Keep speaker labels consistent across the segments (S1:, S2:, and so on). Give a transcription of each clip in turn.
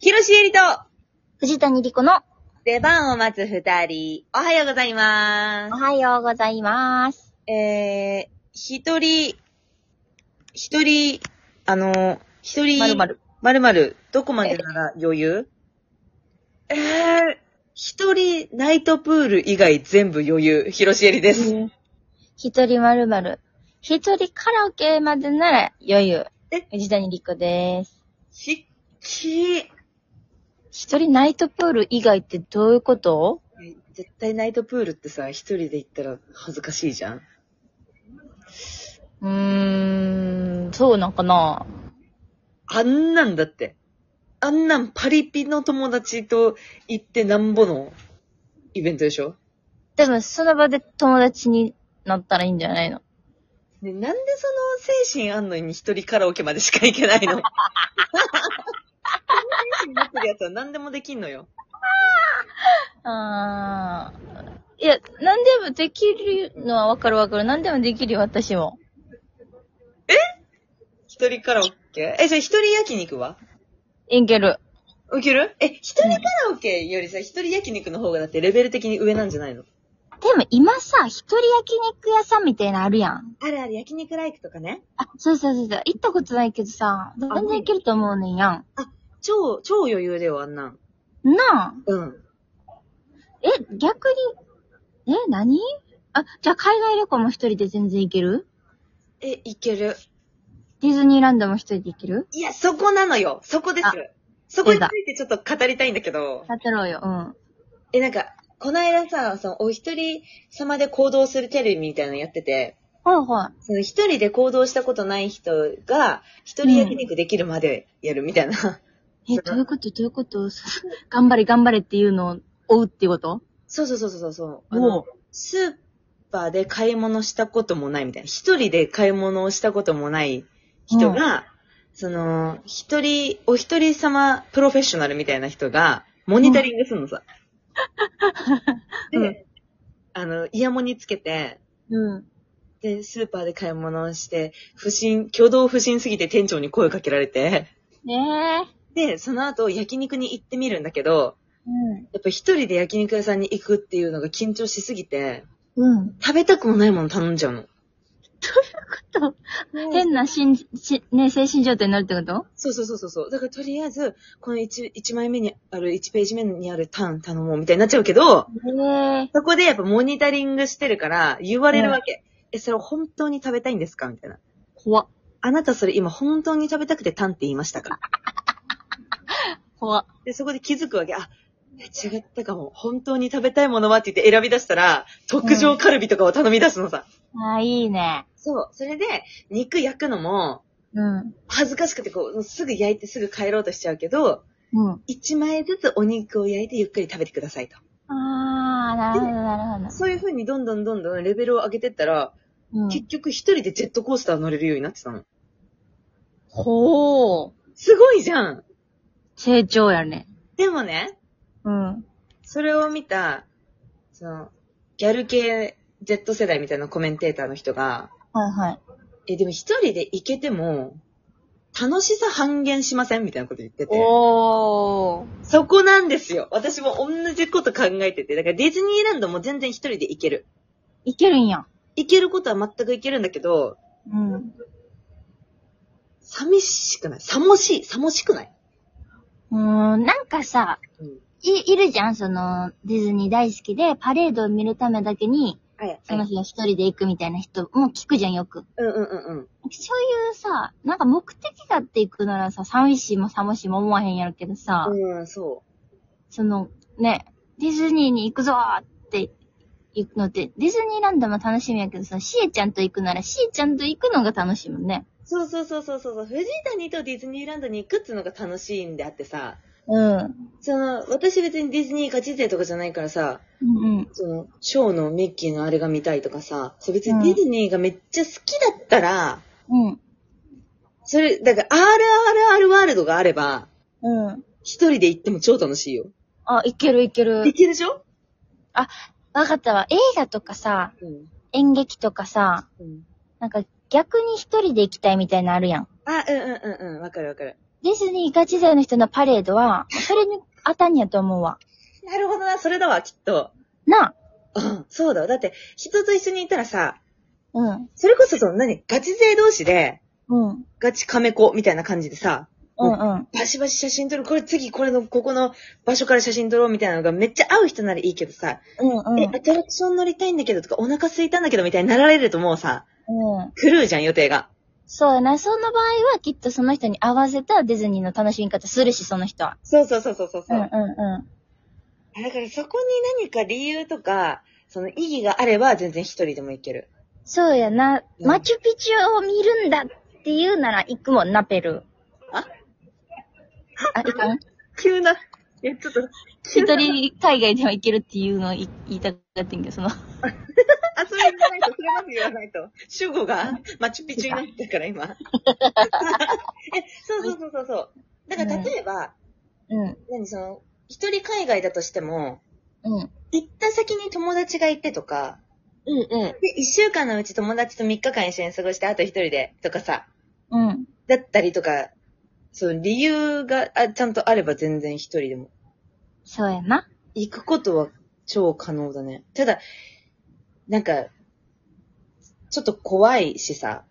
S1: ひろしえりと、
S2: 藤谷莉子の、
S1: 出番を待つ二人、おはようございま
S2: おはようございます。
S1: す。えー、一人、一人、あの、一人、
S2: まるまる。
S1: まるまる、どこまでなら余裕えー、一人、ナイトプール以外全部余裕、ひろしえりです。
S2: 一人まるまる。一人カラオケまでなら余裕。
S1: え
S2: 藤谷莉子です。
S1: しっき
S2: 一人ナイトプール以外ってどういうこと
S1: ー。絶対ナイトプールってさ、一人で行ったら恥ずかしいじゃん
S2: うーん、そうなんかな
S1: あんなんだって。あんなんパリピの友達と行ってなんぼのイベントでしょ
S2: でも、その場で友達になったらいいんじゃないの
S1: ね、なんでその精神あんのに一人カラオケまでしか行けない のその精神持ってるやつは何でもできんのよ。
S2: あー。いや、何でもできるのはわかるわかる。何でもできるよ、私も。
S1: 一人カラオケえ、じゃあ一人焼肉はい
S2: ける。
S1: ウケるえ、一人カラオケよりさ、一人焼肉の方がだってレベル的に上なんじゃないの
S2: でも今さ、一人焼肉屋さんみたいなのあるやん。
S1: あるある焼肉ライクとかね。
S2: あ、そうそうそうそう。行ったことないけどさ、全然行けると思うねんやん。
S1: 超、超余裕だよ、あんなん。
S2: なあ。
S1: うん。
S2: え、逆に、え、何あ、じゃあ海外旅行も一人で全然行ける
S1: え、いける。
S2: ディズニーランドも一人で行ける
S1: いや、そこなのよ。そこです
S2: あ。
S1: そこについてちょっと語りたいんだけど。
S2: やってろうよ。うん。
S1: え、なんか、この間さ、その、お一人様で行動するテレビみたいなのやってて、
S2: ほいほい。
S1: その一人で行動したことない人が、一人焼肉できるまでやるみたいな。
S2: え、どういうことどういうこと 頑張れ頑張れっていうのを追うってこと
S1: そうそうそうそうそう。あ
S2: お
S1: の
S2: う、
S1: スーパーで買い物したこともないみたいな。一人で買い物をしたこともない人が、その、一人、お一人様プロフェッショナルみたいな人が、モニタリングするのさ。
S2: うん
S1: で、あの、イヤモニつけて、
S2: うん。
S1: で、スーパーで買い物をして、不審、挙動不審すぎて店長に声かけられて、
S2: ねえ。
S1: で、その後焼肉に行ってみるんだけど、
S2: うん。
S1: やっぱ一人で焼肉屋さんに行くっていうのが緊張しすぎて、
S2: うん。
S1: 食べたくもないもの頼んじゃうの。
S2: と、変な心、し、ね、精神状態になるってこと
S1: そうそうそうそうそう。だからとりあえず、この 1, 一枚目にある、1ページ目にあるターン頼もうみたいになっちゃうけど、
S2: ねえ。
S1: そこでやっぱモニタリングしてるから言われるわけ。え、それ本当に食べたいんですかみたいな。
S2: 怖っ。
S1: あなたそれ今本当に食べたくてタンって言いましたから。
S2: 怖っ。
S1: で、そこで気づくわけ。あ、違ったかも。本当に食べたいものはって言って選び出したら、特上カルビとかを頼み出すのさ。
S2: あー、いいね。
S1: そう。それで、肉焼くのも、
S2: うん。
S1: 恥ずかしくてこう、すぐ焼いてすぐ帰ろうとしちゃうけど、
S2: うん。
S1: 一枚ずつお肉を焼いてゆっくり食べてくださいと。
S2: あー、なるほど、なるほど。
S1: そういう風にどんどんどんどんレベルを上げてったら、
S2: うん
S1: 結局一人でジェットコースター乗れるようになってたの。
S2: ほー。
S1: すごいじゃん
S2: 成長やね。
S1: でもね、
S2: うん。
S1: それを見た、その、ギャル系 Z 世代みたいなコメンテーターの人が、
S2: はいはい。
S1: え、でも一人で行けても、楽しさ半減しませんみたいなこと言ってて。
S2: おー。
S1: そこなんですよ。私も同じこと考えてて。だからディズニーランドも全然一人で行ける。
S2: いけるんや。
S1: 行けることは全く行けるんだけど、
S2: うん。
S1: 寂しくない寂しい寂しくないう
S2: ーん、なんかさ、
S1: うん。
S2: い、いるじゃんその、ディズニー大好きで、パレードを見るためだけに、
S1: はい。
S2: その日は一人で行くみたいな人も聞くじゃん、よく。
S1: うんうんうんうん。
S2: そういうさ、なんか目的があって行くならさ、寂しいも寂しいも思わへんやろけどさ、
S1: うん、そ
S2: その、ね、ディズニーに行くぞーって行くのって、ディズニーランドも楽しみやけどさ、しえちゃんと行くなら、しえちゃんと行くのが楽しいもんね。
S1: う。そうそうそうそうそうそう。藤谷とディズニーランドに行くっていうのが楽しいんであってさ、
S2: うん。
S1: その、私別にディズニーガチ勢とかじゃないからさ、
S2: うんうん。
S1: その、ショーのミッキーのあれが見たいとかさ、そう別
S2: うん
S1: にディズニーがめっちゃ好きだったら、
S2: うん。
S1: それ、だから RRR ワールドがあれば、
S2: うん。
S1: 一人で行っても超楽しいよ。
S2: あ、いけるいけ
S1: で
S2: る。
S1: きるでしょ
S2: わかったわ。映画とかさ、
S1: うん。
S2: 演劇とかさ、
S1: うん。
S2: なんか逆に一人で行きたいみたいなのあるやん。
S1: あ、うんうんうんうん。わかるわかる。
S2: ディズニーガチ勢の人のパレードは、それに当たんやと思うわ。
S1: なるほどな、それだわ、きっと。
S2: なあ。
S1: うん、そうだわ。だって、人と一緒にいたらさ、
S2: うん。
S1: それこそその何、ガチ勢同士で、
S2: うん。
S1: ガチカメ子みたいな感じでさ、
S2: うんうん。
S1: バシバシ写真撮る、これ次これの、ここの場所から写真撮ろうみたいなのがめっちゃ合う人ならいいけどさ、
S2: うんう
S1: え、
S2: ん
S1: ア。トラクション乗りたいんだけどとか、お腹空いたんだけどみたいになられるともうさ、
S2: うん。
S1: 狂うじゃん、予定が。
S2: そうやな。その場合はきっとその人に合わせたディズニーの楽しみ方するし、その人は。
S1: そうそうそうそうそう。
S2: う
S1: うん
S2: うんう
S1: だからそこに何か理由とか、その意義があれば全然一人でもいける。
S2: ん。そうやな。
S1: うん
S2: マチュピチュを見るんだっていうなら行くもんな、ペルー。
S1: あ
S2: あ、いかん
S1: 急な、え、ちょっと、
S2: 一人海外でも行けるっていうのをい言いたかったんやけど、その。
S1: あ、それ言わないと、それまず言わないと。主語がマチュピチュになったから、 今。え、そうそうそうそうそう。だから例えば、
S2: うん。
S1: 何その、一人海外だとしても、
S2: うん。
S1: 行った先に友達がいてとか、
S2: うんうん。
S1: で、一週間のうち友達と3日間一緒に過ごして、あと一人で、とかさ、
S2: うん。
S1: だったりとか、その理由があちゃんとあれば全然一人でも。
S2: そうやな。
S1: 行くことは超可能だね。ただ、なんか、ちょっと怖いしさ。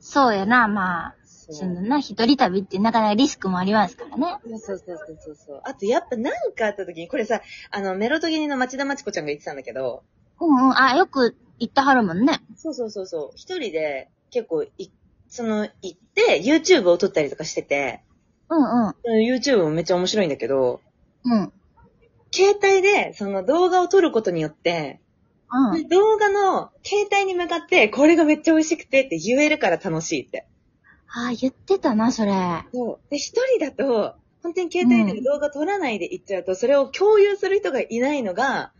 S2: そうやな、まあ。
S1: そう
S2: そのな、一人旅ってなかなかリスクもありますからね。
S1: そうそうそうそうそうそう。あと、やっぱなんかあった時に、これさ、あの、メロトゲニの町田町子ちゃんが言ってたんだけど、
S2: うんうん。あ、よく行ってはるもんね。
S1: そうそうそうそう、一人で結構い、その、行って、YouTube を撮ったりとかしてて、
S2: うんうん。
S1: その YouTube もめっちゃ面白いんだけど、
S2: うん。
S1: 携帯で、その動画を撮ることによって、
S2: うん。
S1: 動画の携帯に向かって、これがめっちゃ美味しくてって言えるから楽しいって。
S2: あー言ってたな、それ。
S1: そう。で、一人だと、本当に携帯で動画撮らないで行っちゃうと、それを共有する人がいないのが、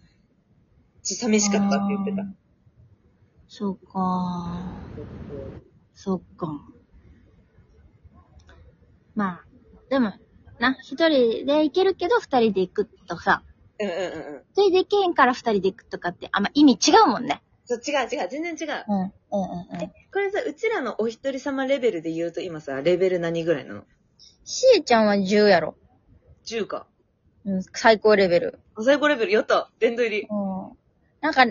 S1: ちょっと寂しかったって言ってた
S2: あー。。そうかそっか。まあ、でも、な、一人で行けるけど、二人で行くとさ、
S1: うんうんうんうん。
S2: 一人で行けへんから二人で行くとかって、あんま意味違うもんね。
S1: そう、違う違う、全然違う。
S2: うん、うん、うん、うん。
S1: これさ、うちらのお一人様レベルで言うと今さ、レベル何ぐらいなの
S2: しえちゃんは10やろ。
S1: ?10 か。
S2: うん、最高レベル。
S1: お最高レベル、やった殿堂入り。
S2: うん。なんか、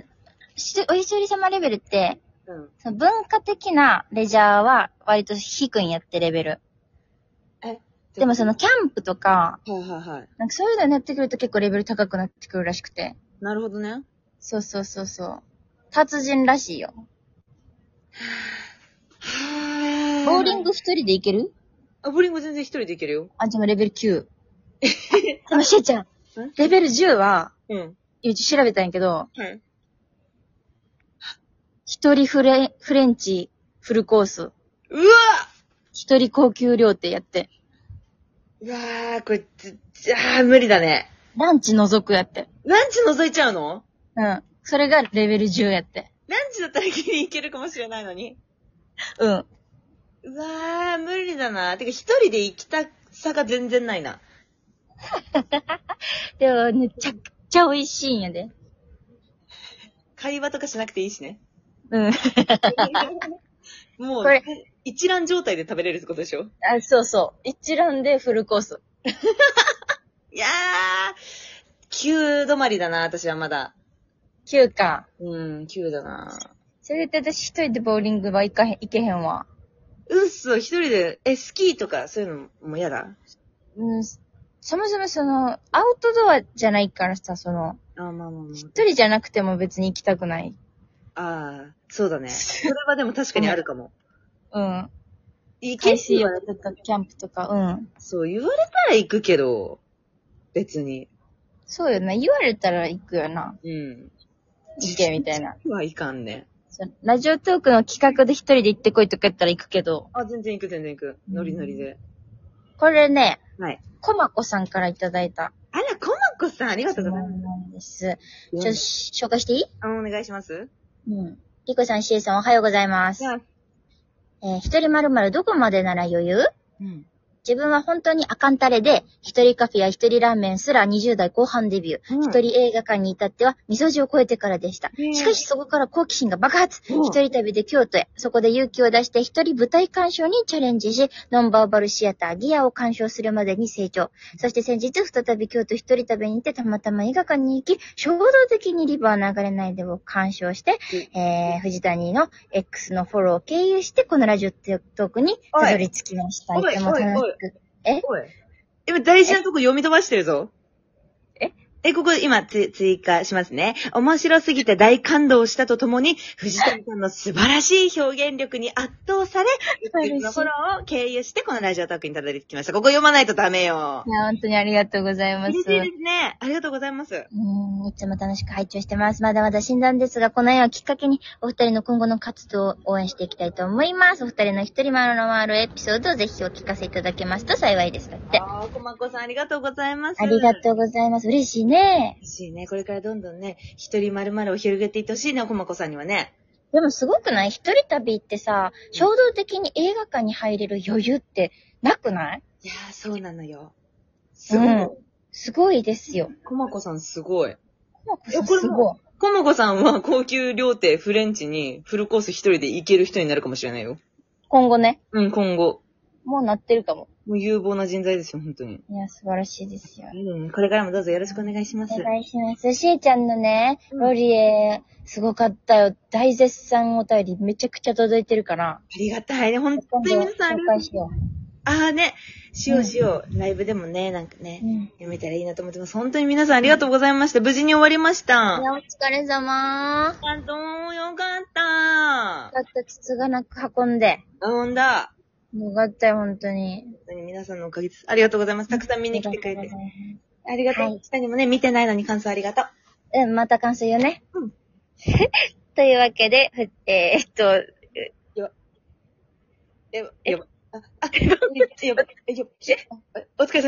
S2: しお一人様レベルって、
S1: うん。
S2: その文化的なレジャーは割と低いんやってレベル。でもその、キャンプとか、
S1: はいはいはい。
S2: なんかそういうのになってくると結構レベル高くなってくるらしくて。
S1: なるほどね。
S2: そうそうそうそう。達人らしいよ。ボーリン
S1: グ
S2: グ一人でいける
S1: あ、ボーリング全然一人でいけるよ。
S2: あ、でもレベル9。あの、しえちゃん、レベル10は、
S1: うん。
S2: うち調べたんやけど、
S1: はい。
S2: 一人フレ、フレンチ、フルコース、
S1: うわ
S2: 一人高級料亭やって、
S1: うわー、これ、じ、じゃあ、無理だね。
S2: ランチ除くやって。
S1: ランチ覗いちゃうの
S2: うん。それがレベル10やって。
S1: ランチだったらギリいけるかもしれないのに。
S2: うん。
S1: うわー、無理だな。てか、一人で行きたさが全然ないな。
S2: でも、めちゃくちゃ美味しいんやで。
S1: 会話とかしなくていいしね。
S2: うん。
S1: もう
S2: こ、れ、
S1: 一覧状態で食べれるってことでしょ
S2: あ、そうそう。一覧でフルコース。
S1: いやー、9止まりだな、私はまだ。
S2: 9か。
S1: うん、9だな。
S2: それで私一人でボーリングは行かへん、行けへんわ。
S1: うっそ、一人で、え、スキーとかそういうのも嫌だ
S2: うん。そもそもその、アウトドアじゃないからさ、その、
S1: あー、まあまあま
S2: 一人じゃなくても別に行きたくない。
S1: あ。あー、そうだね。 それはでも確かにあるかも。
S2: うん。
S1: 行け
S2: 海
S1: し
S2: 水
S1: は、
S2: 浴とか、キャンプとか、うん。
S1: そう、言われたら行くけど、別に。
S2: そうよな。言われたら行くよな。
S1: うん。
S2: 行け、みたい な。
S1: はいかんね。
S2: そのラジオトークの企画で一人で行ってこいとか言ったら行くけど、
S1: あ、全然行く、全然行く。ノリノリで。
S2: これね、
S1: はい。
S2: コマコさんからいただいた。
S1: あら、コマコさん、ありがとうございます。
S2: なんです。ちょっと紹介していい
S1: あお願いします。
S2: うん。リコさん、シエさん、おはようございます
S1: じ。ゃあ、
S2: えー、一人まるまるどこまでなら余裕
S1: うん。
S2: 自分は本当にアカンタレで、一人カフェや一人ラーメンすら20代後半デビュー。
S1: うん
S2: 一人映画館に至っては、味噌汁を超えてからでした。
S1: へえ
S2: しかしそこから好奇心が爆発。
S1: うん
S2: 一人旅で京都へ。そこで勇気を出して一人舞台鑑賞にチャレンジし、ノンバーバルシアターギアを鑑賞するまでに成長。そして先日、再び京都一人旅に行って、たまたま映画館に行き、衝動的にリバー流れないでを鑑賞して、えー、藤谷の X のフォローを経由して、このラジオトークにたどり着きました。
S1: おい
S2: とても楽しく。え
S1: おい。今大事なとこ読み飛ばしてるぞ。
S2: え
S1: え、ここ今つ追加しますね。面白すぎて大感動したとともに、藤谷さんの素晴らしい表現力に圧倒され、
S2: 嬉しい
S1: X のフォローを経由してこのラジオトークにたどり着きました。ここ読まないとダメよ
S2: い。や、本当にありがとうございます
S1: 嬉。しいですね。ありがとうございます。
S2: うん、いつも楽しく拝聴してます。まだまだ診断ですが、この絵をきっかけに、お二人の今後の活動を応援していきたいと思います。お二人の一人丸の回るエピソードをぜひお聞かせいただけますと幸いです。だって。
S1: あー、こまこさんありがとうございます。
S2: ありがとうございます。嬉しいね。
S1: 嬉しいね。これからどんどんね、一人まるまるを広げていってほしいね、こまこさんにはね。
S2: でもすごくない一人旅ってさ、衝動的に映画館に入れる余裕ってなくない
S1: いやー、そうなのよ。す
S2: う
S1: ごい。
S2: ん。すごいですよ。
S1: こまこさんすごい。
S2: もうこそ
S1: これ
S2: すご
S1: も
S2: い。
S1: コモコさんは高級料亭フレンチにフルコース一人で行ける人になるかもしれないよ。
S2: 今後ね、
S1: うん、今後。
S2: もうなってるかも。
S1: もう有望な人材ですよ、本当に。
S2: いや、素晴らしいですよ。
S1: うん、これからもどうぞよろしくお願いします。
S2: お願いします。しーちゃんのね、
S1: うん
S2: ロリエ、すごかったよ。大絶賛お便りめちゃくちゃ届いてるから。
S1: ありがたいね、本当
S2: 今
S1: に
S2: 度
S1: 皆
S2: 紹
S1: さんありがと
S2: 介
S1: う。
S2: しよ
S1: ああね、しようしよう、ライブでもね、なんかね
S2: う。う、ん。い
S1: 読めたらいいなと思ってます。本当に皆さんありがとうございました。無事に終わりました。よ
S2: や、お疲れ
S1: か
S2: 様。
S1: った、よかっ
S2: だったつつがなく運んで。
S1: た。うんだ。
S2: よかったよ、本当に。
S1: 本当に皆さんのおかげです。ありがとうございます。たくさん見に来てくれて。ありがと
S2: は
S1: う。下にもね、見てないのに感想ありがとう。
S2: うん、また感想言うね。
S1: うん
S2: というわけで、ふえーっと、
S1: やば、やば。あ、あ、やば、やば、えやば、えお疲れ様。